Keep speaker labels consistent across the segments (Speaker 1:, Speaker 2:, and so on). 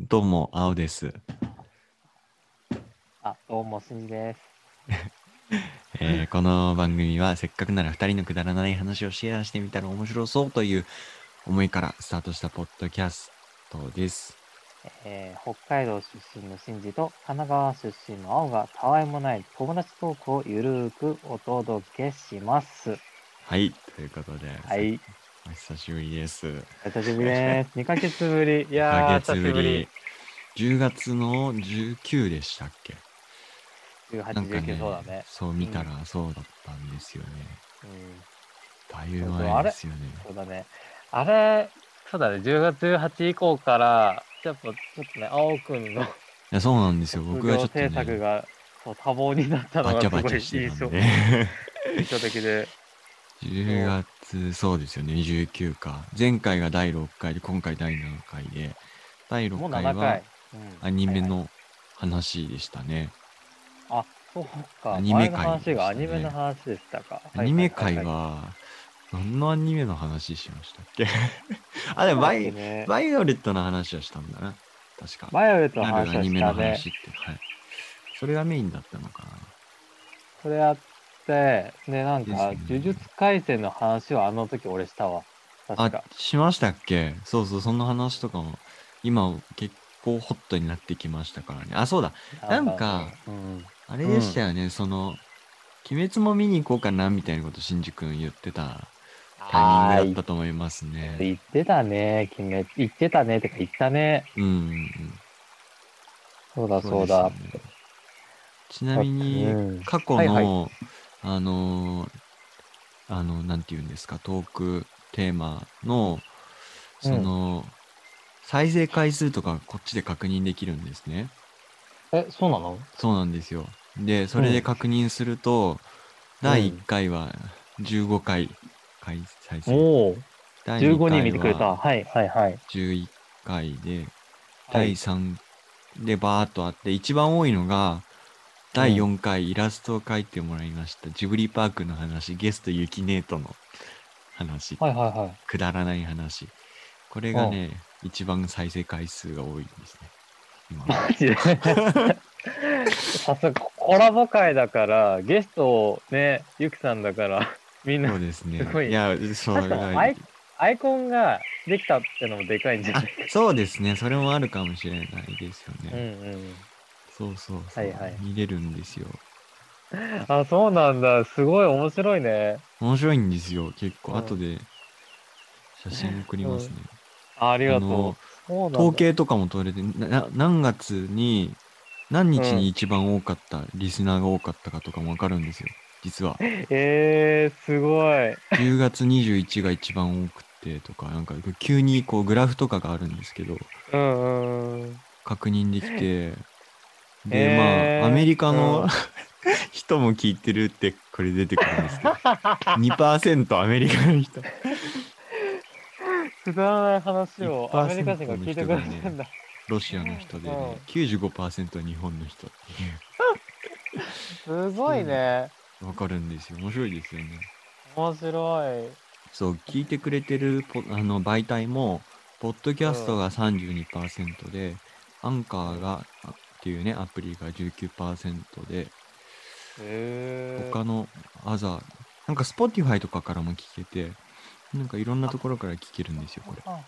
Speaker 1: どうも、青です。
Speaker 2: あ、どうも、すみです。
Speaker 1: えーこの番組は、せっかくなら2人のくだらない話をシェアしてみたら面白そうという思いからスタートしたポッドキャストです。
Speaker 2: えー北海道出身のシンジと神奈川出身の青がたわいもない友達トークをゆるーくお届けします。
Speaker 1: はい、ということで、
Speaker 2: はい、
Speaker 1: お久しぶりです。
Speaker 2: お久しぶり です。2ヶ月ぶり。い
Speaker 1: 1
Speaker 2: やー、久しぶり。。
Speaker 1: 10月の19でしたっけ
Speaker 2: 18、
Speaker 1: なんかね
Speaker 2: 19、そうだね。
Speaker 1: そう見たらそうだったんですよね。
Speaker 2: うん、
Speaker 1: だいぶ
Speaker 2: そうそうあ
Speaker 1: 前
Speaker 2: れ
Speaker 1: ですよね。
Speaker 2: そうだね。あれ、そうだね、10月18以降から、やっぱちょっとね、青くんの
Speaker 1: いやそうなんですよ。
Speaker 2: 副
Speaker 1: 僕がちょ
Speaker 2: 業
Speaker 1: っと、
Speaker 2: 制作
Speaker 1: ね、
Speaker 2: が、そう多忙になったの
Speaker 1: バ
Speaker 2: が
Speaker 1: チ
Speaker 2: す
Speaker 1: ャバ
Speaker 2: ご
Speaker 1: チ
Speaker 2: い
Speaker 1: ャして
Speaker 2: 印
Speaker 1: た
Speaker 2: 象
Speaker 1: んで。
Speaker 2: 印象的 で。
Speaker 1: 10月、そうですよね、19か。前回が第6回で、今回第7回で、第
Speaker 2: もう
Speaker 1: 6回
Speaker 2: 7
Speaker 1: は
Speaker 2: 回。うん
Speaker 1: アニメ
Speaker 2: はいはい
Speaker 1: の話でしたね。
Speaker 2: あ、そうか。
Speaker 1: アニメ
Speaker 2: 前の話
Speaker 1: 会でしたね
Speaker 2: がアニメの話でしたか。
Speaker 1: アニメ界
Speaker 2: いいい
Speaker 1: は、何のアニメの話しましたっけ あ、
Speaker 2: い
Speaker 1: でもバ
Speaker 2: そう
Speaker 1: イ、
Speaker 2: だね
Speaker 1: バイオレットの話はしたんだな。確か。
Speaker 2: バイオレットの
Speaker 1: ある
Speaker 2: 話
Speaker 1: ア
Speaker 2: を
Speaker 1: ニ
Speaker 2: し
Speaker 1: メの
Speaker 2: たね。
Speaker 1: 話って、はい。それがメインだったのかな。
Speaker 2: それやって、ね、なん
Speaker 1: です
Speaker 2: か
Speaker 1: ね、
Speaker 2: 呪術廻戦の話をあの時俺したわ。確
Speaker 1: あ
Speaker 2: か。、
Speaker 1: しましたっけそうそう、そんな話とかも、今結構ホットになってきましたからね。あ、そうだ。なんか、
Speaker 2: うん。
Speaker 1: あれでしたよね、その、鬼滅も見に行こうかなみたいなこと、新宿君言ってたタイミングだったと思います
Speaker 2: あー
Speaker 1: ね。
Speaker 2: 言ってたね、君。言ってたね、てか言ったね。
Speaker 1: うんうんうん。
Speaker 2: そうだ、そう
Speaker 1: ですよ
Speaker 2: だ
Speaker 1: ね。ちなみに、
Speaker 2: うん
Speaker 1: 過去の、
Speaker 2: はいはい
Speaker 1: あのー、あの、なんて言うんですか、トークテーマの、その、再生回数とかこっちで確認できるんですね。
Speaker 2: え、そうなの
Speaker 1: そうなんですよ。で、それで確認すると、第1回は15回回再生。
Speaker 2: おお、
Speaker 1: 第2
Speaker 2: 15
Speaker 1: 回
Speaker 2: 人見てくれた。
Speaker 1: は
Speaker 2: はい、はい、はい。
Speaker 1: 11回で、
Speaker 2: は
Speaker 1: 第
Speaker 2: い
Speaker 1: 3でバーっとあって、一番多いのが、第4回イラストを描いてもらいました。ジブリパークの話、ゲストユキネートの話、
Speaker 2: はい、はい、はい。
Speaker 1: くだらない話。これがね、一番再生回数が多いんですね。今は
Speaker 2: マジでさすがコラボ会だからゲストをねゆきさんだからみん
Speaker 1: そ
Speaker 2: な
Speaker 1: うです
Speaker 2: す
Speaker 1: ね
Speaker 2: ご。い
Speaker 1: いや、そう
Speaker 2: あと
Speaker 1: はい
Speaker 2: アイアイコンができたってのもでかいんじゃ
Speaker 1: あ
Speaker 2: ない、
Speaker 1: そうですね。それもあるかもしれないですよ
Speaker 2: うん
Speaker 1: ね。
Speaker 2: うん、
Speaker 1: そうそうそう、
Speaker 2: はいはい
Speaker 1: 見れるんですよ。
Speaker 2: あそうなんだすごい面白いね
Speaker 1: 面白いんですよ、結構。
Speaker 2: うん
Speaker 1: 後で写真送りますね。
Speaker 2: あありが
Speaker 1: あ
Speaker 2: と
Speaker 1: の
Speaker 2: うそうなんだ
Speaker 1: 統計とかも取れて、なな何月に、何日に一番多かった、リスナーが多かったかとかもわかるんですよ、実は。
Speaker 2: えー、すごい
Speaker 1: 10月21が一番多くてとか、なんか急にこうグラフとかがあるんですけど、
Speaker 2: うんうん
Speaker 1: 確認できて、で、
Speaker 2: えー
Speaker 1: まあ、アメリカの、
Speaker 2: うん
Speaker 1: 人も聞いてるって、これ出てくるんですけど、2%アメリカの人。
Speaker 2: くだらない話を
Speaker 1: 1%
Speaker 2: アメリカ人が聞いてくれてんだ、
Speaker 1: ロシアの人で、
Speaker 2: うん
Speaker 1: ね、95%は日本の人ってい
Speaker 2: すごいね
Speaker 1: う。わかるんですよ。面白いですよね。
Speaker 2: 面白い
Speaker 1: そう、聞いてくれてるポあの媒体も、ポッドキャストが32%で、アンカーが、あっていうね、アプリが19%で、
Speaker 2: えー
Speaker 1: 他のアザー、なんか Spotify とかからも聞けて、なんかいろんなところから聞けるんですよ、これ。
Speaker 2: あ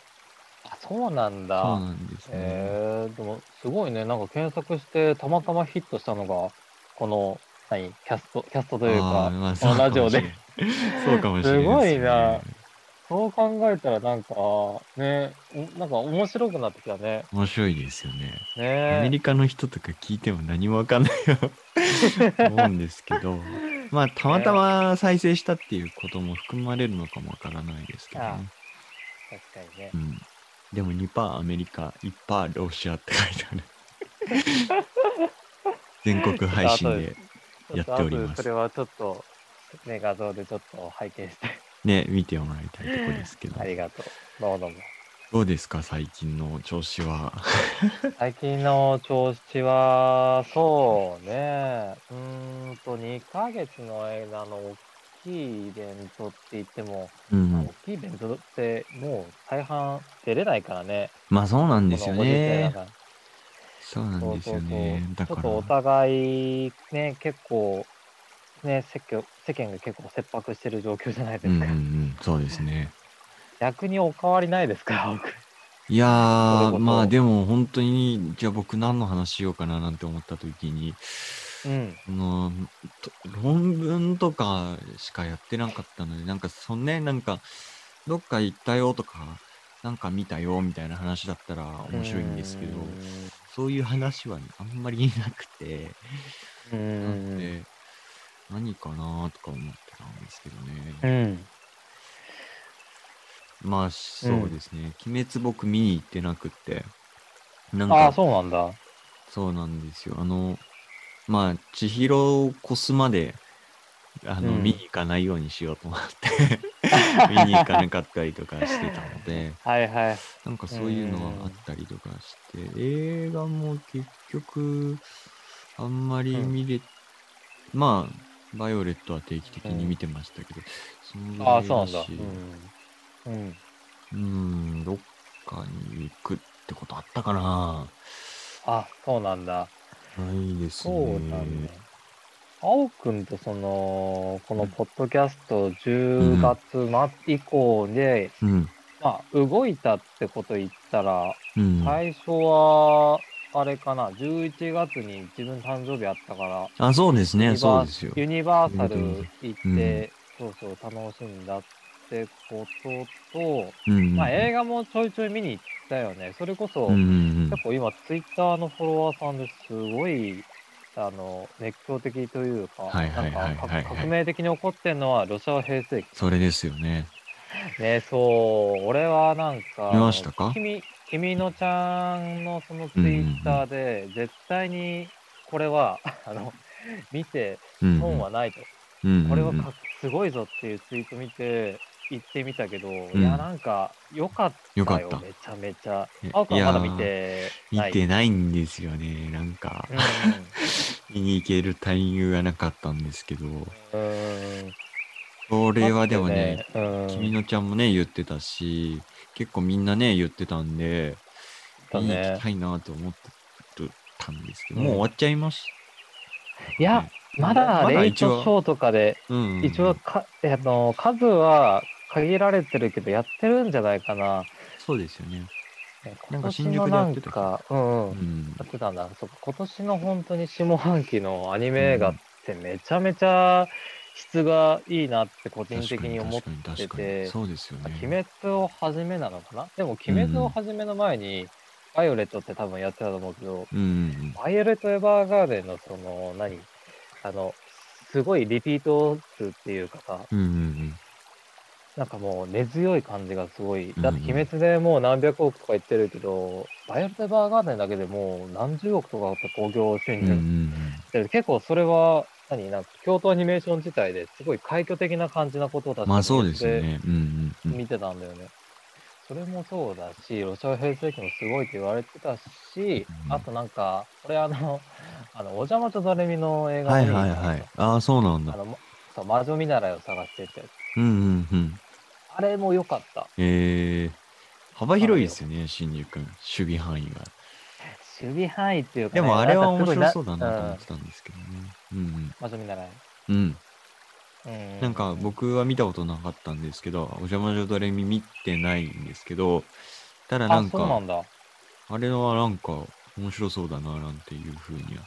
Speaker 2: あそうなんだ
Speaker 1: そうなんですね。
Speaker 2: えー、でもすごいね、なんか検索してたまたまヒットしたのが、この、何、キャスト、キャストという
Speaker 1: あー
Speaker 2: か、
Speaker 1: まあ
Speaker 2: このラジオ
Speaker 1: そうか
Speaker 2: で。
Speaker 1: もしれない。そうかもしれないですね。
Speaker 2: すごいなそう考えたらなんか、ね、おなんか面白くなってきたね。
Speaker 1: 面白いですよね。アメ
Speaker 2: ね
Speaker 1: リカの人とか聞いても何もわかんないよ思うんですけど、まあ、たまたま再生したっていうことも含まれるのかもわからないですけどね。
Speaker 2: 確かにね
Speaker 1: う。ん、でも2%アメリカ、1%ロシアって書いてあ る。全国配信で、
Speaker 2: ちょっと
Speaker 1: やっております
Speaker 2: 後でそれはちょっと、ね、画像でちょっと拝見して、
Speaker 1: ね、見てもらいたいとこですけど
Speaker 2: あ、りがとう。どうもどうも。
Speaker 1: どうですか、最近の調子は。
Speaker 2: 最近の調子は、そうね、うーんと、2ヶ月の間の大きいイベントって言っても、
Speaker 1: うん
Speaker 2: 大、きいイベントってもう大半出れないからね。
Speaker 1: まあそうなんですよ
Speaker 2: このご時世だ
Speaker 1: ね
Speaker 2: か。ら
Speaker 1: そうなんですよね。だ
Speaker 2: ちょ
Speaker 1: か
Speaker 2: っとお
Speaker 1: ら、
Speaker 2: 互いね、結構、ね、世間世間が結構切迫してる状況じゃないで
Speaker 1: うん
Speaker 2: す
Speaker 1: うんう
Speaker 2: か。
Speaker 1: ん、そうですね。
Speaker 2: 逆にお変わりないですか、僕。
Speaker 1: いや
Speaker 2: それこ
Speaker 1: ー、
Speaker 2: そ
Speaker 1: まあでも本当に、じゃあ僕何の話しようかななんて思った時に、
Speaker 2: うん。
Speaker 1: そのと論文とかしかやってなかったので、なんかそんね、なんか、どっか行ったよとか、なんか見たよみたいな話だったら面白いんですけど、そういう話はあんまりなくて、
Speaker 2: う
Speaker 1: なの
Speaker 2: ん。
Speaker 1: で、何かなとか思ってたんですけどね。
Speaker 2: うん。
Speaker 1: まあそうですね、鬼滅僕見に行ってなくって、なん
Speaker 2: あ
Speaker 1: か
Speaker 2: あ、そうなんだ。
Speaker 1: そうなんですよ。あの、まあ、千尋を越すまで、あの、
Speaker 2: うん
Speaker 1: 見に行かないようにしようと思って、 見に行かなかったりとかしてたので、
Speaker 2: はいはい。
Speaker 1: なんかそういうのはあったりとかして、映画も結局、あんまり見れ、まあ、バイオレットは定期的に見てましたけど、そのぐ
Speaker 2: あ
Speaker 1: ら
Speaker 2: あ、
Speaker 1: い
Speaker 2: そう
Speaker 1: だ
Speaker 2: なんだ
Speaker 1: し、。
Speaker 2: うん。うん。
Speaker 1: うん、どっかに行くってことあったかな
Speaker 2: あ、そうなんだ。
Speaker 1: ないですね。
Speaker 2: そうだね。青くんとその、このポッドキャスト10月末以降で、
Speaker 1: うん。
Speaker 2: まあ、動いたってこと言ったら、
Speaker 1: うん。
Speaker 2: 最初は、あれかな、11月に自分誕生日あったから、
Speaker 1: あ、そうです
Speaker 2: ユ
Speaker 1: ね、
Speaker 2: ニ
Speaker 1: そう
Speaker 2: バー
Speaker 1: ですよ。
Speaker 2: ユニバーサル行
Speaker 1: う
Speaker 2: っ
Speaker 1: ん
Speaker 2: て、そうそう、楽しんだってことと、
Speaker 1: うんうんうん、
Speaker 2: まあ、映画もちょいちょい見に行ったよね。それこそ、
Speaker 1: うんうん
Speaker 2: 結構今、ツイッターのフォロワーさんですごい、あの、熱狂的というか、
Speaker 1: はい
Speaker 2: な
Speaker 1: はい
Speaker 2: ん
Speaker 1: はいはい
Speaker 2: か
Speaker 1: はい
Speaker 2: 革命的に起こってるのはロシア平成期。
Speaker 1: それですよね。
Speaker 2: ね、そう、俺はなんか、
Speaker 1: 見ましたか
Speaker 2: 君、君のちゃんのそのツイッターで、絶対にこれは、 あの、見て
Speaker 1: うんうん、
Speaker 2: 損はないと。
Speaker 1: うんうんうん、
Speaker 2: これはかすごいぞっていうツイート見て、行ってみたけど、
Speaker 1: ん
Speaker 2: いや、なんか、良かった
Speaker 1: 良
Speaker 2: よ
Speaker 1: かった
Speaker 2: めちゃめちゃ
Speaker 1: え。
Speaker 2: 青くんはまだ
Speaker 1: いやー
Speaker 2: 見てな
Speaker 1: 見
Speaker 2: い。
Speaker 1: てないんですよね。なんか、見に行けるタイミングがなかったんですけど、
Speaker 2: うんうん。うん
Speaker 1: それはでもね、、
Speaker 2: うん、
Speaker 1: 君のちゃんもね、言ってたし、結構みんなね、言ってたんで、
Speaker 2: だ
Speaker 1: 見に行
Speaker 2: ね
Speaker 1: きたいなと思ってたんですけど、
Speaker 2: うん
Speaker 1: もう終わっちゃいまし
Speaker 2: いや、まだレイトショーとかで、
Speaker 1: た。うんうん
Speaker 2: 一応か、あの、数は限られてるけど、やってるんじゃないかな。
Speaker 1: そうですよね。な
Speaker 2: 今
Speaker 1: んか
Speaker 2: 年
Speaker 1: 新
Speaker 2: の
Speaker 1: 宿で
Speaker 2: な
Speaker 1: やっ
Speaker 2: ん
Speaker 1: てた
Speaker 2: か、うん
Speaker 1: う
Speaker 2: うん。
Speaker 1: ん
Speaker 2: やってたんだ。そうか今年の本当に下半期のアニメ映画ってめちゃめちゃ質がいいなって個人的に思っ
Speaker 1: 確か
Speaker 2: て
Speaker 1: に確かに確か
Speaker 2: て
Speaker 1: にそうですよ
Speaker 2: まあ
Speaker 1: ね。
Speaker 2: 鬼滅をはじめなのかなでも、鬼滅をはじめの前に、バイオレットって多分やってたと思うけど、
Speaker 1: うんうん
Speaker 2: バイオレット・エヴァーガーデンのその、何あの、すごいリピート数っていうかさ、
Speaker 1: うん。うんうん
Speaker 2: なんかもう根強い感じがすごい。
Speaker 1: うん
Speaker 2: だって鬼滅でもう何百億とか言ってるけど、バイオレット・エヴァーガーデンだけでもう何十億とかって興行収
Speaker 1: うん。うんうんう
Speaker 2: 入
Speaker 1: ん
Speaker 2: してる。結構それは、何なんか京都アニメーション自体ですごい快挙的な感じなことだし、
Speaker 1: まあそうですよね。うんうんうん。
Speaker 2: 見てたんだよね。それもそうだし、ロシア平成期もすごいって言われてたし、
Speaker 1: うん
Speaker 2: あとなんか、これあの、 あの、お邪魔とザレミの映
Speaker 1: は
Speaker 2: 画
Speaker 1: い
Speaker 2: に
Speaker 1: はいはい。ああ、そうなん
Speaker 2: あ
Speaker 1: だ。
Speaker 2: の、まそう、魔女見習いを探してってやつ。
Speaker 1: うんうんうん。
Speaker 2: あれも良かった。
Speaker 1: えー、幅広いですよね、新宿君。守備範囲が。
Speaker 2: 守備範囲っていうか、ね、
Speaker 1: でもあれは
Speaker 2: なん
Speaker 1: 面
Speaker 2: かすご
Speaker 1: 白
Speaker 2: い
Speaker 1: そうだなと
Speaker 2: う
Speaker 1: 思
Speaker 2: ん
Speaker 1: ってたんですけどね。うん
Speaker 2: 魔女見習い。
Speaker 1: うん。うん。
Speaker 2: うん
Speaker 1: なんか、僕は見たことなかったんですけど、お邪魔女ドレミ見てないんですけど、ただな
Speaker 2: あ、
Speaker 1: ん
Speaker 2: そうな
Speaker 1: か、
Speaker 2: んだ。
Speaker 1: あれはなんか面白そうだななんていうふうには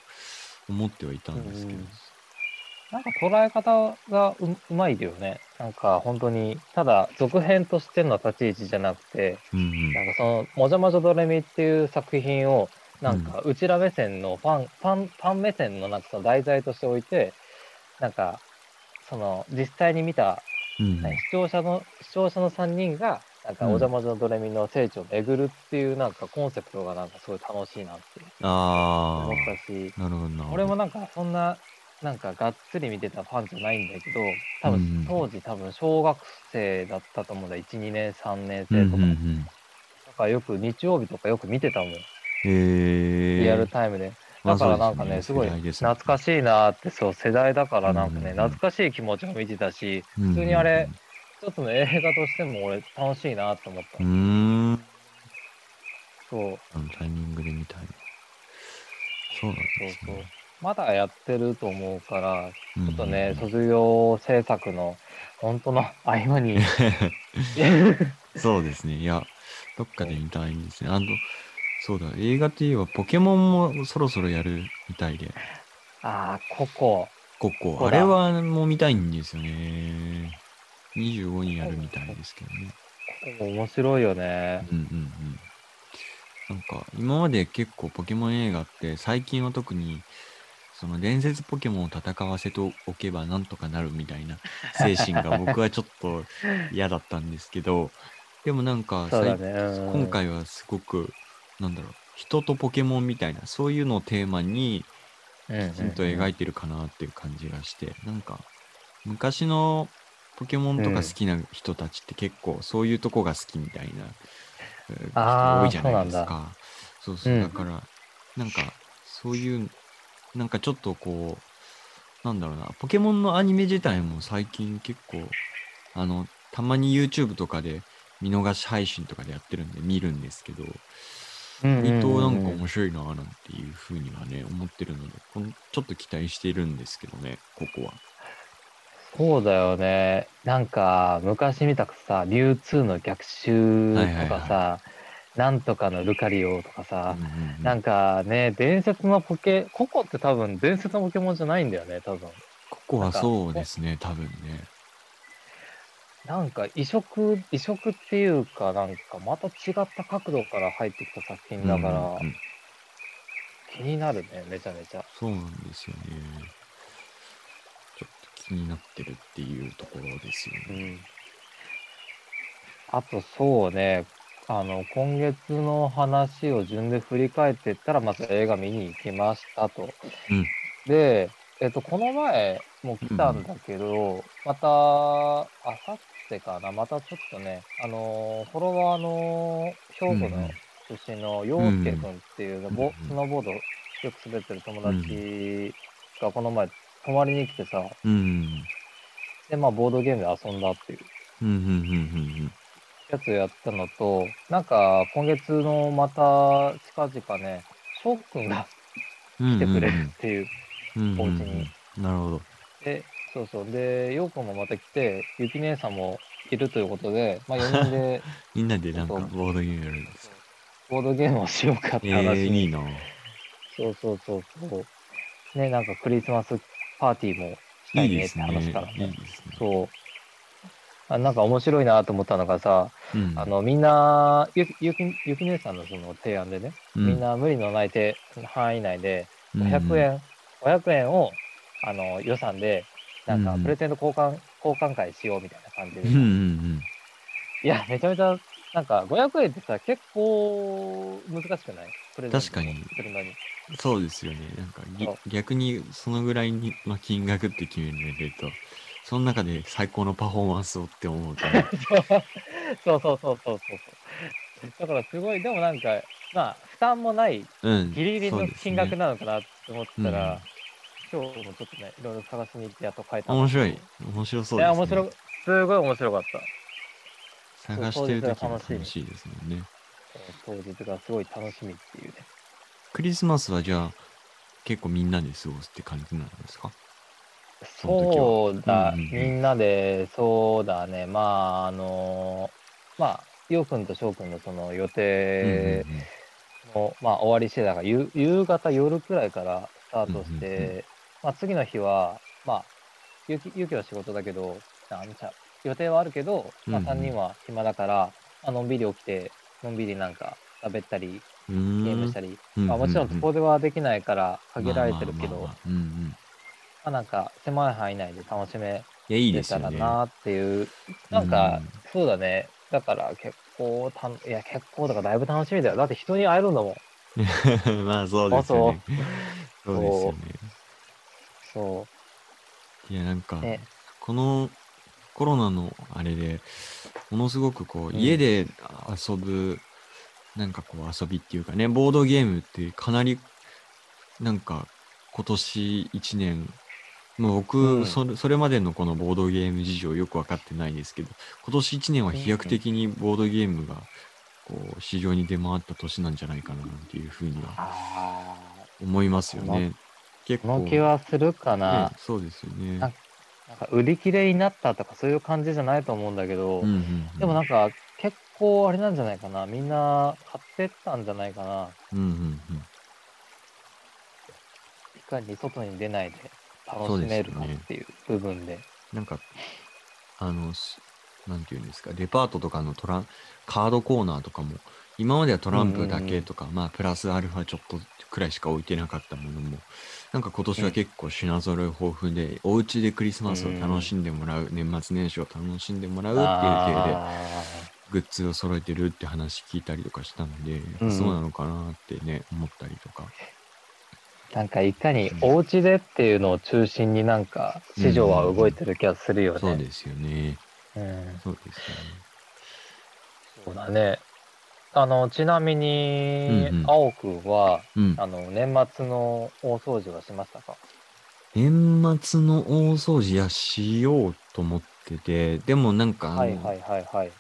Speaker 1: 思ってはいたんですけど。
Speaker 2: なんか捉え方がううまいよね。なんか本当に、ただ続編としての立ち位置じゃなくて、
Speaker 1: うんうん
Speaker 2: なんかその、もじゃもじゃドレミっていう作品を、なんか、うちら目線のファン、ファン、ファン目線のなんかその題材としておいて、なんか、その、実際に見た、
Speaker 1: うんうん
Speaker 2: ね視聴者の、視聴者の3人が、なんか、
Speaker 1: うん
Speaker 2: おじゃまじゃドレミの聖地を巡るっていう、なんか、コンセプトがなんか、すごい楽しいなって
Speaker 1: あ
Speaker 2: 思っ
Speaker 1: あ。
Speaker 2: たし、
Speaker 1: なるほどなるほど。
Speaker 2: 俺もなんか、そんな、なんか、がっつり見てたファンじゃないんだけど、
Speaker 1: う
Speaker 2: 多
Speaker 1: んうん
Speaker 2: 分、当時多分、小学生だったと思うんだ。1、2年、3年
Speaker 1: うんう
Speaker 2: 生
Speaker 1: ん
Speaker 2: と
Speaker 1: う
Speaker 2: か。
Speaker 1: ん、
Speaker 2: なんかよく日曜日とかよく見てたもん、
Speaker 1: へえ。
Speaker 2: リアルタイムで。
Speaker 1: ま
Speaker 2: だ
Speaker 1: あ
Speaker 2: からなんかね、す
Speaker 1: そう
Speaker 2: ご
Speaker 1: で
Speaker 2: い
Speaker 1: ね
Speaker 2: 懐か
Speaker 1: 世代です
Speaker 2: しいなーって、そう、世代だからなんか
Speaker 1: うんうん
Speaker 2: ね、
Speaker 1: うん
Speaker 2: 懐かしい気持ちも見てたし、
Speaker 1: ね
Speaker 2: 普通にあれ。一つの映画としても俺楽しいなと思っ
Speaker 1: う。
Speaker 2: た
Speaker 1: んうんうん。うーん
Speaker 2: そう。
Speaker 1: あのタイミングで見たいそうなんです
Speaker 2: そうそう
Speaker 1: ね。
Speaker 2: まだやってると思うから、
Speaker 1: ち
Speaker 2: ちょっとね、卒業制作の本当の合 間に。
Speaker 1: そうですね。いや、どっかで見たいんですね。あの、そうだ、映画といえば、ポケモンもそろそろやるみたいで、
Speaker 2: ああ、ここ。
Speaker 1: こ
Speaker 2: そ
Speaker 1: こ、
Speaker 2: う
Speaker 1: あ
Speaker 2: だ
Speaker 1: れはもう見たいんですよね。25にやるみたいですけどね。
Speaker 2: ここ面白いよね。
Speaker 1: うんうんうん。なんか、今まで結構ポケモン映画って、最近は特に、その伝説ポケモンを戦わせておけばなんとかなるみたいな精神が僕はちょっと嫌だったんですけど、 でもなんか
Speaker 2: そうだ
Speaker 1: 最
Speaker 2: ね。うん
Speaker 1: 今。回はすごく、なんだろう、人とポケモンみたいな、そういうのをテーマに、
Speaker 2: うんうん
Speaker 1: きちんと描いてるかなっていう感じがして、なんか、昔のポケモンとか好きな人たちって結構、そういうとこが好きみたいな、えー
Speaker 2: あ
Speaker 1: 人多
Speaker 2: ー
Speaker 1: いじゃないです
Speaker 2: そうな
Speaker 1: か。そうそう、
Speaker 2: うん
Speaker 1: だから、なんか、そういう、なんかちょっとこう、なんだろうな、ポケモンのアニメ自体も最近結構、あの、たまに YouTube とかで見逃し配信とかでやってるんで見るんですけど、
Speaker 2: うん
Speaker 1: 割となんか
Speaker 2: うん
Speaker 1: 面白いなぁなんていうふうにはね、思ってるので、こんちょっと期待しているんですけどね、ここは。
Speaker 2: そうだよね。なんか、昔見たくさ、流通の逆襲と
Speaker 1: はいはい
Speaker 2: か
Speaker 1: はい
Speaker 2: さ、なんとかのルカリオとかさ
Speaker 1: う、んうんうん
Speaker 2: なんかね、伝説のポケ、ココって多分伝説のポケモンじゃないんだよね、多分。
Speaker 1: ここ
Speaker 2: なん
Speaker 1: は
Speaker 2: か
Speaker 1: そうですね、多分ね。
Speaker 2: なんか移植、移植っていうか、なんかまた違った角度から入ってきた作品だから、
Speaker 1: うんうんうん
Speaker 2: 気になるね、めちゃめちゃ。
Speaker 1: そうなんですよね。ちょっと気になってるっていうところですよ
Speaker 2: う
Speaker 1: ね。
Speaker 2: ん。あと、そうね、あの、今月の話を順で振り返っていったら、まず映画見に行きましたと。
Speaker 1: うん
Speaker 2: で、えっと、この前も来たんだけど、また、あさってかな、またちょっとね、あのーフォロワーの兵庫の、
Speaker 1: うんうん
Speaker 2: 出身の陽介君っていうの、ボ
Speaker 1: うんうん
Speaker 2: スノーボードよく滑ってる友達がこの前泊まりに来てさ、
Speaker 1: うん。
Speaker 2: で、まあボードゲームで遊んだっていう
Speaker 1: うん、うん、うん、
Speaker 2: やつをやったのと、なんか今月のまた近々ね、翔くんが
Speaker 1: うんうん。
Speaker 2: 来てくれるっていう。
Speaker 1: うんうんうん、
Speaker 2: お家に
Speaker 1: なるほど。
Speaker 2: で、そうそう。で、陽くんもまた来て、ゆき姉さんもいるということで、まあ4人 で
Speaker 1: みんなでなんか
Speaker 2: そうそう
Speaker 1: ボードゲームやるんですか。
Speaker 2: ボードゲームをしようかって
Speaker 1: え
Speaker 2: 話
Speaker 1: ー、
Speaker 2: に
Speaker 1: いいなぁ
Speaker 2: そうそうそうそう。ね、なんかクリスマスパーティーもした
Speaker 1: い
Speaker 2: い
Speaker 1: い
Speaker 2: ね
Speaker 1: で
Speaker 2: っ
Speaker 1: す
Speaker 2: て
Speaker 1: ね。
Speaker 2: 話からね。
Speaker 1: いいですね。
Speaker 2: そうあ。なんか面白いなと思ったのがさ、
Speaker 1: うん
Speaker 2: あ、の、みんな、ゆゆき、ゆき姉さんのその提案でね、
Speaker 1: う
Speaker 2: みんな無理のない手範囲内で、
Speaker 1: うんうん
Speaker 2: 500円、500円を、あの、予算で、なん
Speaker 1: う
Speaker 2: か
Speaker 1: んうん
Speaker 2: プレゼント交換、交換会しようみたいな感じで
Speaker 1: うん、うん、うん。
Speaker 2: いや、めちゃめちゃ、なんか500円ってさ、結構難しくないプレゼント
Speaker 1: 確かに
Speaker 2: するのに。
Speaker 1: そうですよね。なんかぎ
Speaker 2: そう
Speaker 1: 逆にそのぐらいにの金額って決められると、その中で最高のパフォーマンスをって思う から、
Speaker 2: そうそうそうそうそうそう。だからすごい、でもなんか、まあ、負担もない、
Speaker 1: うん。
Speaker 2: ギリギリ
Speaker 1: そう
Speaker 2: の
Speaker 1: です
Speaker 2: 金額
Speaker 1: ね、
Speaker 2: なのかなって思ったら、今日もちょっとね、いろいろ探しに行ってやっと変えたん
Speaker 1: 面
Speaker 2: だけど。
Speaker 1: 白い。面白そう
Speaker 2: い
Speaker 1: です、ね。
Speaker 2: や、面白、すごい面白かった。
Speaker 1: 探してる時も
Speaker 2: そうそう
Speaker 1: 楽しいですもんね。
Speaker 2: 当日がすごい楽しみっていうね。
Speaker 1: クリスマスはじゃあ、結構みんなで過ごすって感じなんですかその時は
Speaker 2: そうだ、
Speaker 1: うんうんうん
Speaker 2: みんなで、そうだね、まあ、あのまあ、ようくんとしょうくんのその予定
Speaker 1: うんうんうん
Speaker 2: もまあ、終わりしてたから夕夕方夜くらいからスタートして、
Speaker 1: うんうん
Speaker 2: まあ、次の日はまあゆきゆきは仕事だけどあちゃ予定はあるけど、まあ、
Speaker 1: うんうん
Speaker 2: 3人は暇だから、まあのんびり起きてのんびりなんか食べったり
Speaker 1: う
Speaker 2: ゲ
Speaker 1: ー
Speaker 2: ーム
Speaker 1: ん
Speaker 2: したり、
Speaker 1: うん。
Speaker 2: まあ、もちろん
Speaker 1: うん
Speaker 2: そこではできないから限られてる
Speaker 1: ま
Speaker 2: け
Speaker 1: あまあまあ
Speaker 2: ど
Speaker 1: まあうんうん。
Speaker 2: まあなんか狭い範囲内で楽しめ
Speaker 1: いや、いいで
Speaker 2: れ
Speaker 1: す
Speaker 2: た
Speaker 1: よ
Speaker 2: ら
Speaker 1: ね。
Speaker 2: なっていう、なんか
Speaker 1: うん
Speaker 2: そうだねだから結構たんいや結構だからだいぶ楽しみだよだって人に会えるんだも ん
Speaker 1: まあ、そうです よね。
Speaker 2: そ
Speaker 1: そううですよね。
Speaker 2: そ
Speaker 1: いや、なんか、
Speaker 2: うね
Speaker 1: このコロナのあれでものすごくこう
Speaker 2: うん
Speaker 1: 家で遊ぶ、なんかこう遊びっていうかねボードゲームってかなりなんか今年1年もう僕、
Speaker 2: うん
Speaker 1: それそれまでのこのボードゲーム事情よく分かってないですけど今年1年は飛躍的にボードゲームがこう市場に出回った年なんじゃないかなっていうふうには
Speaker 2: あ
Speaker 1: 思いますよね。結
Speaker 2: こ
Speaker 1: 構、
Speaker 2: の気はするかな
Speaker 1: ね、そうですよ
Speaker 2: なん
Speaker 1: ね。
Speaker 2: なんか売り切れになったとかそういう感じじゃないと思うんだけど、
Speaker 1: うんうんうん
Speaker 2: でもなんか結構あれなんじゃないかなみんな買ってったんじゃないかな
Speaker 1: うんうんうん
Speaker 2: いかに外に出ないで楽しめるかっていう部分で
Speaker 1: なんか、あの、しなんていうんですか、デパートとかのトランカードコーナーとかも、今まではトランプだけとか、まあ、プラスアルファちょっとくらいしか置いてなかったものも、なんか今年は結構品揃え豊富で、お家でクリスマスを楽しんでもらう、年末年始を楽しんでもらうっていう体で、
Speaker 2: あ
Speaker 1: グッズを揃えてるって話聞いたりとかしたので、
Speaker 2: うん
Speaker 1: そうなのかなってね、思ったりとか。
Speaker 2: ーなんかいかにお家でっていうのを中心になんか市場は動いてる気がするよね。
Speaker 1: そうですよね。
Speaker 2: うん
Speaker 1: そうですよね。
Speaker 2: そうだね。あの、ちなみに
Speaker 1: うんう、ん
Speaker 2: 青くんは、
Speaker 1: うん。
Speaker 2: あの、年末の大掃除はしましたか
Speaker 1: 年末の大掃除やしようと思ってて、でもなんかあの、
Speaker 2: はいはいはいはい。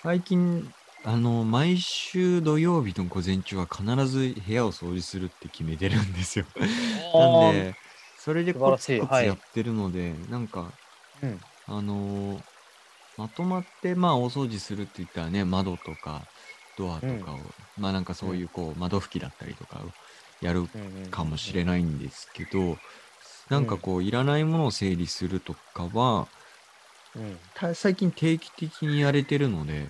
Speaker 1: 最近、あの、毎週土曜日の午前中は必ず部屋を掃除するって決めてるんですよ。なんで、それでコツ
Speaker 2: 素晴
Speaker 1: コ
Speaker 2: ら
Speaker 1: ツ
Speaker 2: しいはい
Speaker 1: やってるので、なんか、
Speaker 2: うん
Speaker 1: あのーまとまって、まあ、お掃除するって言ったらね、窓とかドアとかを、まあなんかそういうこう、窓拭きだったりとかをやる
Speaker 2: うんうん
Speaker 1: かもしれないんですけど、なんかこう、いらないものを整理するとかは、
Speaker 2: うん
Speaker 1: た最近定期的にやれてるので、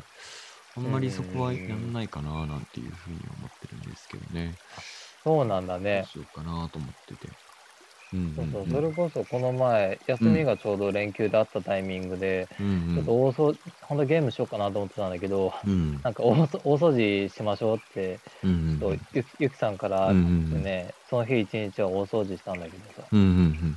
Speaker 1: あんまりそこは
Speaker 2: うんうんうん
Speaker 1: やんないかななんていうふうに思ってるんですけどね。
Speaker 2: そうなんだ
Speaker 1: どう
Speaker 2: ね。
Speaker 1: しようかなと思ってて。うんう
Speaker 2: そうんそううんそれこそこの前、休みがちょうど連休であったタイミングで、
Speaker 1: う
Speaker 2: ちょっ
Speaker 1: ん
Speaker 2: と大掃除、ほんとゲームしようかなと思ってたんだけど、
Speaker 1: うんうん
Speaker 2: なんか大掃大掃除しましょうって、
Speaker 1: うんうん
Speaker 2: そうゆゆきさんから
Speaker 1: うんうんうん
Speaker 2: ね、その日一日は大掃除したんだけどさ、
Speaker 1: うんうん
Speaker 2: い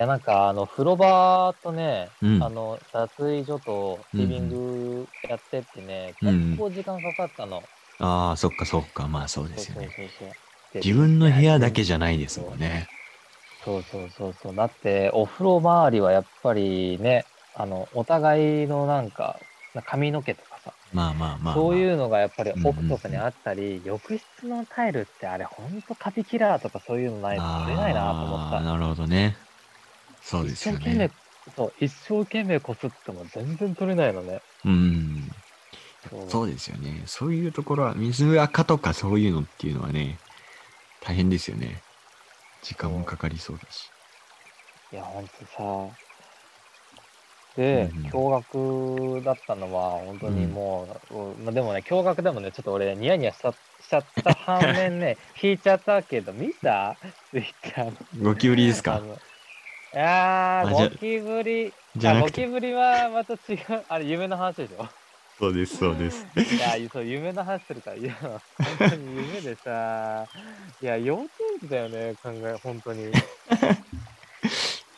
Speaker 2: や、なんか、あの、風呂場とね、
Speaker 1: うんうん
Speaker 2: あの、脱衣所とリビングやってってね、
Speaker 1: うんうん
Speaker 2: 結構時間かかったの。
Speaker 1: ああ、そっかそっか。まあそうですよね。
Speaker 2: そうそうそう。
Speaker 1: 自分の部屋だけじゃないですもんね。
Speaker 2: そうそうそうそう。だって、お風呂周りはやっぱりね、あの、お互いのなんか、髪の毛とかさ、
Speaker 1: まあまあまあ、
Speaker 2: そう
Speaker 1: う。
Speaker 2: いうのがやっぱり
Speaker 1: うんうん
Speaker 2: 奥とかにあったり、浴室のタイルってあれ、ほんとカビキラーとかそういうのないと
Speaker 1: あ
Speaker 2: 取れないなと思った
Speaker 1: あ、。なるほどね。そうですよ
Speaker 2: 一生懸命
Speaker 1: ね。、
Speaker 2: そう、一生懸命こすっても全然取れないのね。
Speaker 1: うん。
Speaker 2: そう
Speaker 1: そうですよね。そういうところは、水垢とかそういうのっていうのはね、大変ですよね。時間もかかりそうだし。
Speaker 2: いや、ほんとさ。で
Speaker 1: うんうん、
Speaker 2: 驚愕だったのは、本当にもう、うんまあ、でもね、驚愕でもね、ちょっと俺、ニヤニヤしちゃしちゃった反 面ね、引いちゃったけど、見たツイッターの。
Speaker 1: ゴキブリです
Speaker 2: あ
Speaker 1: か
Speaker 2: のいや
Speaker 1: あじゃ
Speaker 2: ー、ゴキブリ。
Speaker 1: じゃ
Speaker 2: あ
Speaker 1: な
Speaker 2: ゴ
Speaker 1: くて
Speaker 2: キブリはまた違う。あれ、夢の話でしょ。
Speaker 1: そうです、そうです。
Speaker 2: いや、そう、夢の話するから、いや、本当に夢でさ、いや、幼稚園児だよね、考え、本当に。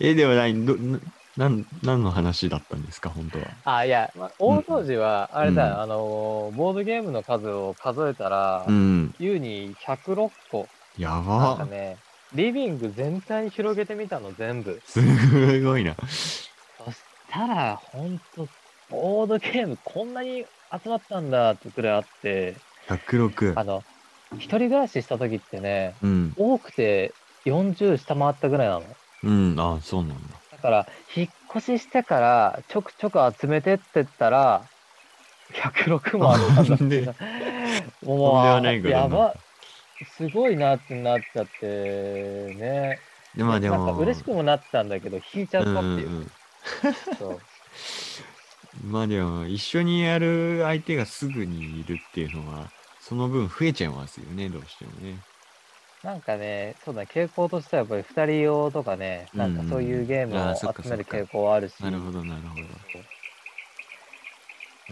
Speaker 1: え、ではない、ど、ななん、何の話だったんですか、本当は。
Speaker 2: あ、いや、まあ大掃除は、あれだよ、
Speaker 1: うん
Speaker 2: あのー、ボードゲームの数を数えたら、
Speaker 1: うん。
Speaker 2: 優に106個。
Speaker 1: や
Speaker 2: なんか
Speaker 1: ば。
Speaker 2: ね、リビング全体広げてみたの、全部。
Speaker 1: すごいな。
Speaker 2: そしたら、ほんと、ボードゲームこんなに集まったんだってくらいあって、あ
Speaker 1: 106。
Speaker 2: の、一人暮らしした時ってね、
Speaker 1: うん。
Speaker 2: 多くて40下回ったぐらいなの。
Speaker 1: うん。あ、そうなんだ。
Speaker 2: だから、引っ越ししてから、ちょくちょく集めてってったら、106も あったんだっていうの。も
Speaker 1: とんでも
Speaker 2: う、
Speaker 1: ないぐらい
Speaker 2: や
Speaker 1: にな
Speaker 2: ば、すごいなってなっちゃって、ね。
Speaker 1: でまあでも、
Speaker 2: なんか嬉しくもなったんだけど、引いちゃったって
Speaker 1: うん
Speaker 2: いう。
Speaker 1: うんうん
Speaker 2: そう
Speaker 1: まあでも、一緒にやる相手がすぐにいるっていうのは、その分増えちゃいますよね、どうしてもね。
Speaker 2: なんかね、そうだ、傾向としてはやっぱり二人用とかね、なんかそういうゲーム
Speaker 1: うんうんあ
Speaker 2: を
Speaker 1: ーそっか
Speaker 2: 集める
Speaker 1: そっか
Speaker 2: 傾向はあるし。
Speaker 1: なるほど、なるほ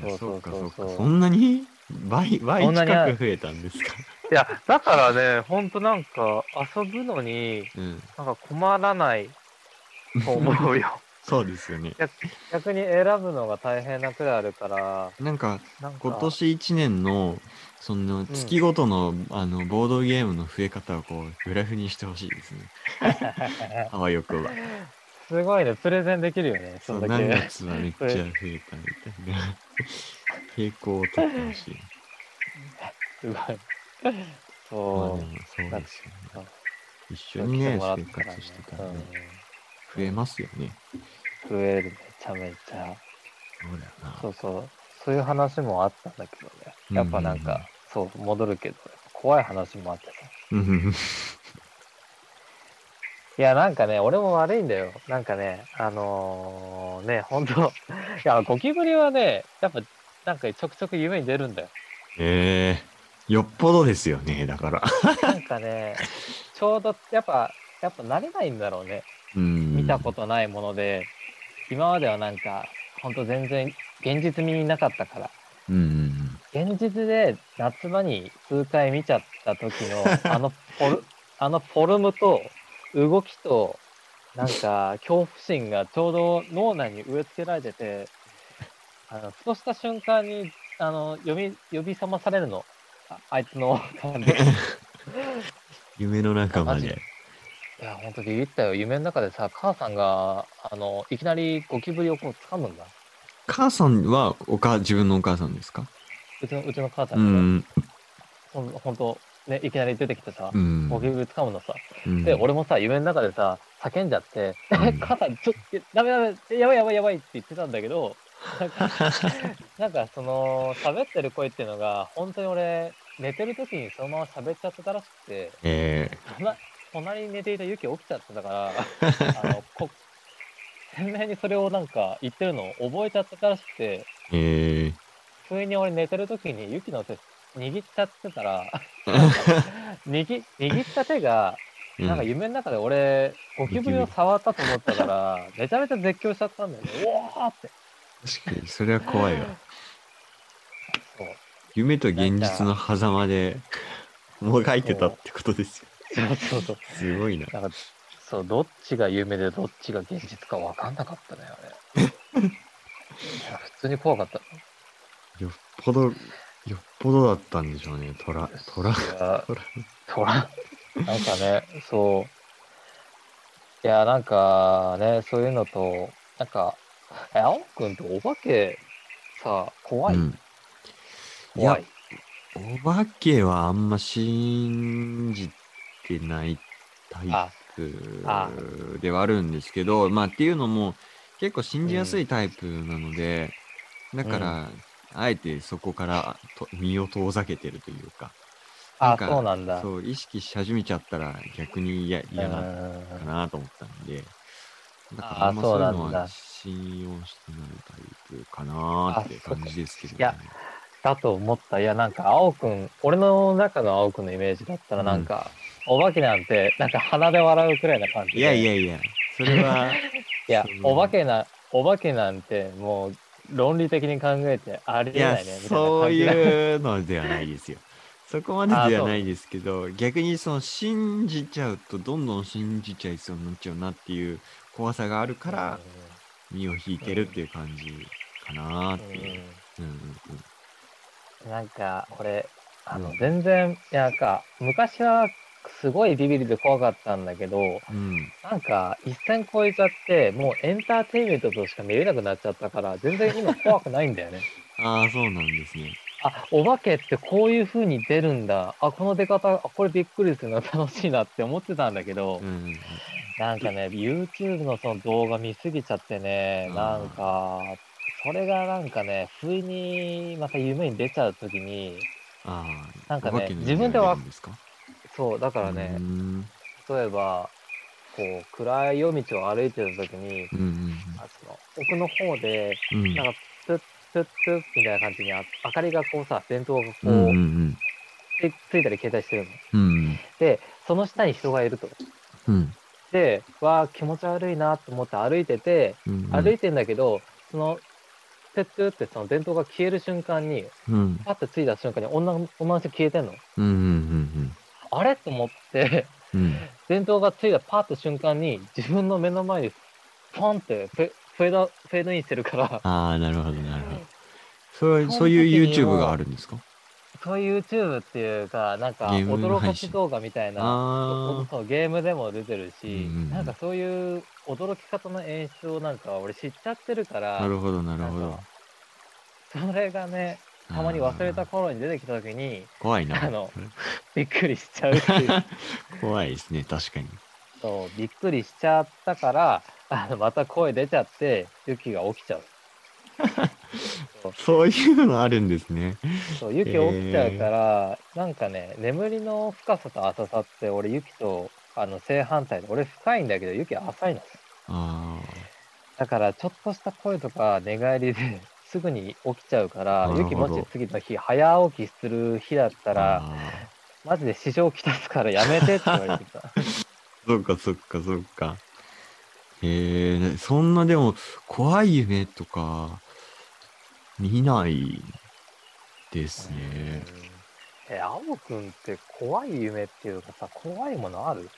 Speaker 1: ど。いや
Speaker 2: そ
Speaker 1: そうう
Speaker 2: そ
Speaker 1: か
Speaker 2: う
Speaker 1: そう
Speaker 2: そ
Speaker 1: う
Speaker 2: そう
Speaker 1: かそんなに倍倍
Speaker 2: そんな
Speaker 1: 近
Speaker 2: にある
Speaker 1: く増えたんですか
Speaker 2: いや、だからね、ほんとなんか遊ぶのに、
Speaker 1: うん
Speaker 2: なんか困らないと思うよ。
Speaker 1: そうですよね
Speaker 2: 逆逆に選ぶのが大変なくらいあるから、
Speaker 1: なんか
Speaker 2: なんか
Speaker 1: 今年1年のその月ごとの,、あのボードゲームの増え方をこうグラフにしてほしい ですねあわよくは
Speaker 2: すごいね、プレゼンできるよね、
Speaker 1: そ
Speaker 2: そん
Speaker 1: う
Speaker 2: だ
Speaker 1: 何
Speaker 2: け。
Speaker 1: 月はめっちゃ増えたみたい な傾向をとってほしい
Speaker 2: すごい。
Speaker 1: まあでも
Speaker 2: そ
Speaker 1: そうですよ
Speaker 2: な
Speaker 1: ね
Speaker 2: んか。
Speaker 1: 一
Speaker 2: う。
Speaker 1: 緒にね、生
Speaker 2: 来てもら
Speaker 1: 活して
Speaker 2: った
Speaker 1: た
Speaker 2: かららね
Speaker 1: ね、増えますよね。
Speaker 2: うん、増える、めちゃめちゃ。
Speaker 1: そうだよな。
Speaker 2: そうそう。そういう話もあったんだけどね。やっぱな
Speaker 1: う
Speaker 2: ん
Speaker 1: んうん
Speaker 2: か、そう、戻るけど、怖い話もあってさ。
Speaker 1: うんうん
Speaker 2: いや、なんかね、俺も悪いんだよ。なんかね、あのー、ね、ほんと、 いや、ゴキブリはね、やっぱ、なんかちょくちょく夢に出るんだよ。
Speaker 1: ええよっぽどですよね、だ から。
Speaker 2: なんかね、ちょうど、やっぱ、やっぱ慣れないんだろうね。見
Speaker 1: 見
Speaker 2: たことないもので、今まではなんか、ほんと全然現実味なかったから。
Speaker 1: と。うん
Speaker 2: 現実で夏場に数回見ちゃった時のあのフォルあのフォルムと動きとなんか恐怖心がちょうど脳内に植え付けられててあのふとした瞬間にあの呼び呼び覚まされるのああいつの感じい
Speaker 1: 夢の中まで。
Speaker 2: や本当ビビったよ夢の中でさ母さんがあのいきなりゴキブリをこう掴むんだ
Speaker 1: 母さんはおか自分のお母さんですか
Speaker 2: うちのうちの母さ
Speaker 1: うん
Speaker 2: がね
Speaker 1: ん
Speaker 2: ほん本当ねいきなり出てきてさ、
Speaker 1: うん。
Speaker 2: ゴキブリ掴むのさ
Speaker 1: うん
Speaker 2: で、俺もさ、夢の中でさ、叫んじゃって、
Speaker 1: うん
Speaker 2: え、 母さん、ちょっと、ダメダメ、やばいやばいやばいって言ってたんだけど、なんか、 なんかその、喋ってる声っていうのが、本当に俺、寝てる時にそのまま喋っちゃってたらしくて、
Speaker 1: え
Speaker 2: 隣隣に寝ていたユキ起きちゃってたから、あの、こ、鮮明にそれをなんか言ってるのを覚えちゃってたらしくて、
Speaker 1: ー、え
Speaker 2: 不意に俺寝てる時にユキの手、握っちゃってたら、握、握った手が、
Speaker 1: ー、
Speaker 2: なんか夢の中で俺、ゴキブリを触ったと思ったから、めちゃめちゃ絶叫しちゃったんだよね。うわーって。
Speaker 1: 確かに、それは 怖いわ。
Speaker 2: そう。
Speaker 1: 夢と現実の狭間で、 もがいてたってこと ですよ。
Speaker 2: そうそうそう。
Speaker 1: すごいな。
Speaker 2: なんか、そう、どっちが夢でどっちが現実か分かんなかったね、あれ。いや普通に怖かった。
Speaker 1: よっぽど、よっぽどだったんでしょうね。トラ、トラ、
Speaker 2: いや
Speaker 1: トラ。
Speaker 2: トラ。なんかね、そう。いや、なんかね、そういうのと、なんか、え、青くんってお化け、さ、怖い、
Speaker 1: うんいや
Speaker 2: 怖い。
Speaker 1: お化けはあんま信じてないタイ
Speaker 2: あ、あ
Speaker 1: プではあるんですけど、まあっていうのも結構信じやすいタイプなので、だから、あえてそこからと身を遠ざけてるというか、な
Speaker 2: あ
Speaker 1: ん、か
Speaker 2: そうなんだ。
Speaker 1: そう、意識し始めちゃったら逆に嫌嫌
Speaker 2: う
Speaker 1: だ
Speaker 2: ーん
Speaker 1: かなと思ったんで、だか
Speaker 2: あ
Speaker 1: らあんまそういうの
Speaker 2: そうなんだ
Speaker 1: は信用してないタイプかなーって感じですけど、ね。
Speaker 2: あそっかだと思った。いや、なんか、青くん、俺の中の青くんのイメージだったら、なんか、お化けなんて、なんか鼻で笑うくらいな感じで。
Speaker 1: いやい
Speaker 2: いや。
Speaker 1: やいや、それ は。その
Speaker 2: お化けな、お化けなんて、もう、論理的に考えて、あ
Speaker 1: い
Speaker 2: りえな
Speaker 1: や
Speaker 2: いね、みたいな感じだ
Speaker 1: そういうのではないですよ。そこまでではないですけど、逆にその信じちゃうと、どんどん信じちゃいそうになっちゃうなっていう怖さがあるから、身を引いてるっていう感じかなーっていう。うんうん
Speaker 2: うんなんか、俺、あの、
Speaker 1: うん
Speaker 2: 全然、いやなんか、昔は、すごいビビりで怖かったんだけど、
Speaker 1: うんうん
Speaker 2: なんか一線超えちゃって、もうエンターテインメントとしか見れなくなっちゃったから、全然今怖くないんだよね。
Speaker 1: ああ、そうなんですね。
Speaker 2: あ、お化けってこういう風に出るんだ。あ、この出方、あこれびっくりするな、楽しいなって思ってたんだけど
Speaker 1: う、ん
Speaker 2: なんかね、YouTube のその動画見すぎちゃってね、
Speaker 1: あー
Speaker 2: なんか、それがなんかね、不意にまた夢に出ちゃうときに、
Speaker 1: ああ、
Speaker 2: なんかね
Speaker 1: お化けの
Speaker 2: 自分で
Speaker 1: 夢
Speaker 2: は
Speaker 1: が出るんですか
Speaker 2: そう、だからね、
Speaker 1: うん
Speaker 2: 例えば、こう、暗い夜道を歩いてるときに、
Speaker 1: うんうん
Speaker 2: あその奥の方で、
Speaker 1: うんうん
Speaker 2: なんか、ツッツッツッみたいな感じにあ、明かりがこうさ、電灯がこう、
Speaker 1: うんうん
Speaker 2: つついたり消えたりしてるの。
Speaker 1: うん
Speaker 2: で、その下に人がいると。
Speaker 1: うん
Speaker 2: で、わあ、気持ち悪いなと思って歩いてて、
Speaker 1: うん
Speaker 2: 歩いてんだけど、その、てってってその電灯が消える瞬間に、
Speaker 1: うん
Speaker 2: パッてついた瞬間に女の女の人消えてんの。
Speaker 1: うんうん
Speaker 2: あれと思って、
Speaker 1: うんうん
Speaker 2: 電灯がついたパッて瞬間に、自分の目の前に、ポンってフェフェード、フェードインしてるから、
Speaker 1: ああ、なるほど、なるほど。そういう
Speaker 2: その
Speaker 1: そういう
Speaker 2: 時
Speaker 1: YouTube
Speaker 2: には
Speaker 1: があるんですか
Speaker 2: そういう YouTube っていうか、なんか、
Speaker 1: ゲーム
Speaker 2: 驚か
Speaker 1: 配
Speaker 2: し
Speaker 1: 信
Speaker 2: 動画みたいな、
Speaker 1: ああ、
Speaker 2: そうゲームでも出てるし、
Speaker 1: うんうんうん
Speaker 2: なんかそういう驚き方の演出をなんか俺知っちゃってるから、
Speaker 1: なるほど、なるほ
Speaker 2: なん
Speaker 1: ど
Speaker 2: か。それがね、たまに忘れた頃に出てきた時に
Speaker 1: 怖いな。
Speaker 2: あの
Speaker 1: それ
Speaker 2: びっくりしちゃうっていう
Speaker 1: 怖いですね、確かに。
Speaker 2: そうびっくりしちゃったからあのまた声出ちゃってユキが起きちゃう
Speaker 1: そういうのあるんですね。
Speaker 2: そうユキ起きちゃうから、なんかね眠りの深さと浅さって俺ユキとあの正反対で俺深いんだけどユキは浅いの
Speaker 1: あ
Speaker 2: だからちょっとした声とか寝返りで すぐに起きちゃうから
Speaker 1: なる
Speaker 2: ユ
Speaker 1: ほ
Speaker 2: キ
Speaker 1: ど
Speaker 2: もし次の日早起きする日だった
Speaker 1: あ。
Speaker 2: ら
Speaker 1: あ
Speaker 2: マジで支障きたすからやめてって言われ てた
Speaker 1: ーそっかそっかそっか。へえそんなでも怖い夢とか見ないですね。
Speaker 2: うんえ青くんって怖い夢っていうかさ怖いものある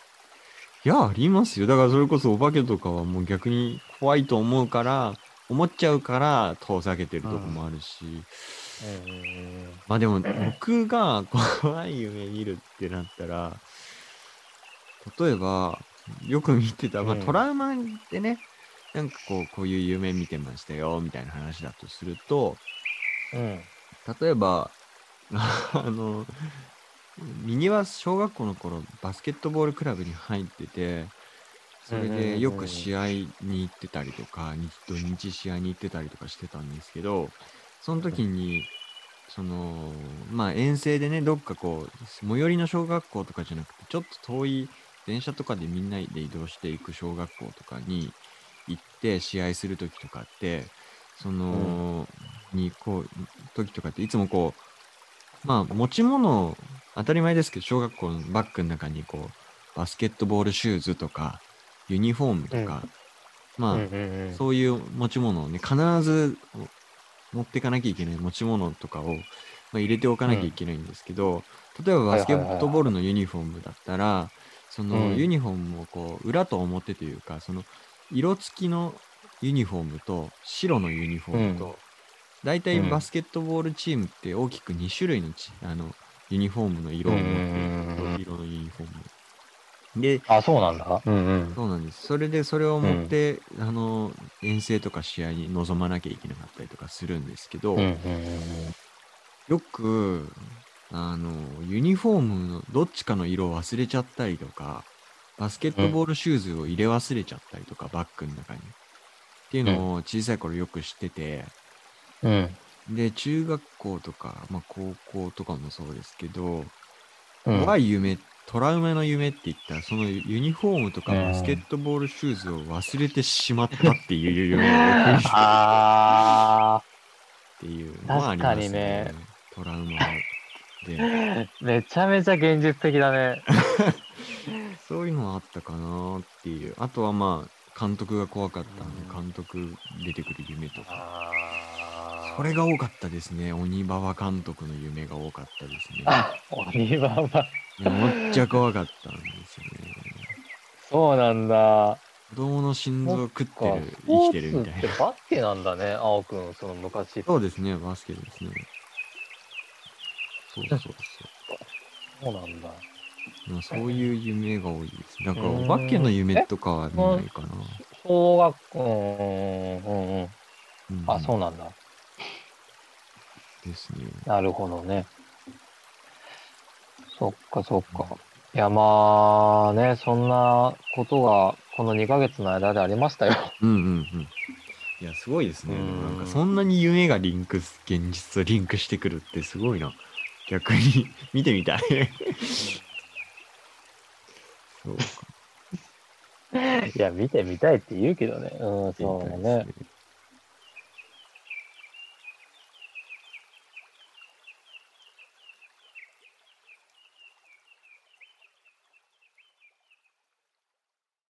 Speaker 1: いや、ありますよ。だからそれこそお化けとかはもう逆に怖いと思うから、思っちゃうから遠ざけてるとこもあるし。
Speaker 2: うん
Speaker 1: まあでも僕が怖い夢見るってなったら例えばよく見てた、まあ、
Speaker 2: うん
Speaker 1: トラウマでね、なんかこうこういう夢見てましたよみたいな話だとすると
Speaker 2: うん
Speaker 1: 例えば あの右は小学校の頃バスケットボールクラブに入っててそれ
Speaker 2: うんうんうんう
Speaker 1: で
Speaker 2: ん
Speaker 1: よく試合に行ってたりとか日土日試合に行ってたりとかしてたんですけどその時にそのまあ遠征でねどっかこう最寄りの小学校とかじゃなくてちょっと遠い電車とかでみんなで移動していく小学校とかに行って試合する時とかってその、にこう時とかっていつもこうまあ持ち物当たり前ですけど小学校のバッグの中にこうバスケットボールシューズとかユニフォームとか、まあ、
Speaker 2: うんうんうん
Speaker 1: そういう持ち物をね、必ず持っていかなきゃいけない持ち物とかを、まあ、入れておかなきゃいけないんですけど、例えばバスケットボールのユニフォームだったら、その
Speaker 2: うん
Speaker 1: ユニフォームをこう裏と表というか、その色付きのユニフォームと白のユニフォーム
Speaker 2: うん
Speaker 1: と、大体
Speaker 2: うん
Speaker 1: バスケットボールチームって大きく2種類のチあのユニフォームの色を持っている
Speaker 2: うん
Speaker 1: と色のユニフォーム。で、
Speaker 2: あそうなんだうんうん
Speaker 1: そうなんです。それでそれを持って、あの遠征とか試合に臨まなきゃいけなかったりとかするんですけど、
Speaker 2: うんうんうん
Speaker 1: よくあのユニフォームのどっちかの色を忘れちゃったりとかバスケットボールシューズを入れ忘れちゃったりとか、バッグの中にっていうのを小さい頃よくしてて、
Speaker 2: うん
Speaker 1: で中学校とか、まあ、高校とかもそうですけど、
Speaker 2: うん
Speaker 1: 怖い夢トラウマの夢って言ったらそのユニフォームとか
Speaker 2: うん
Speaker 1: バスケットボールシューズを忘れてしまったっていう 夢をよく見るっ
Speaker 2: あ
Speaker 1: ていうのはありますねトラウマで
Speaker 2: ーめちゃめちゃ現実的だね
Speaker 1: そういうのはあったかなっていうあとはまあ監督が怖かったんで
Speaker 2: う
Speaker 1: 監督出てくる夢とか
Speaker 2: あ
Speaker 1: それが多かったですね鬼ババ監督の夢が多かったですね
Speaker 2: あ鬼ババ
Speaker 1: めっちゃ怖かったんですよね
Speaker 2: そうなんだ
Speaker 1: 子供の心臓食って
Speaker 2: か
Speaker 1: る
Speaker 2: ス
Speaker 1: 生
Speaker 2: ポ
Speaker 1: きてる
Speaker 2: ー
Speaker 1: みた
Speaker 2: ツ
Speaker 1: い
Speaker 2: って
Speaker 1: な
Speaker 2: バスケなんだね青くんその昔そ
Speaker 1: そうですね、バスケですね。そうそうそう。
Speaker 2: うなんだ
Speaker 1: まあ、そういう夢が多いです。なんか、
Speaker 2: うー
Speaker 1: お
Speaker 2: ん
Speaker 1: 化けの夢とかは見ないかな。
Speaker 2: 小学校うんうんうん
Speaker 1: うん
Speaker 2: あそうなんだ
Speaker 1: ですね。
Speaker 2: なるほどね。そっかそっか。いやまあね、そんなことがこの2ヶ月の間でありまし たよ。
Speaker 1: うんうんうん。いや、すごいですね。
Speaker 2: うーん
Speaker 1: なんか、そんなに夢がリンクす、現実とリンクしてくるってすごいな。逆に、 見てみたい。そうか。
Speaker 2: いや、見てみたいって言うけどね。うん、
Speaker 1: 見
Speaker 2: そ
Speaker 1: てみた
Speaker 2: う
Speaker 1: いで
Speaker 2: ね。
Speaker 1: すね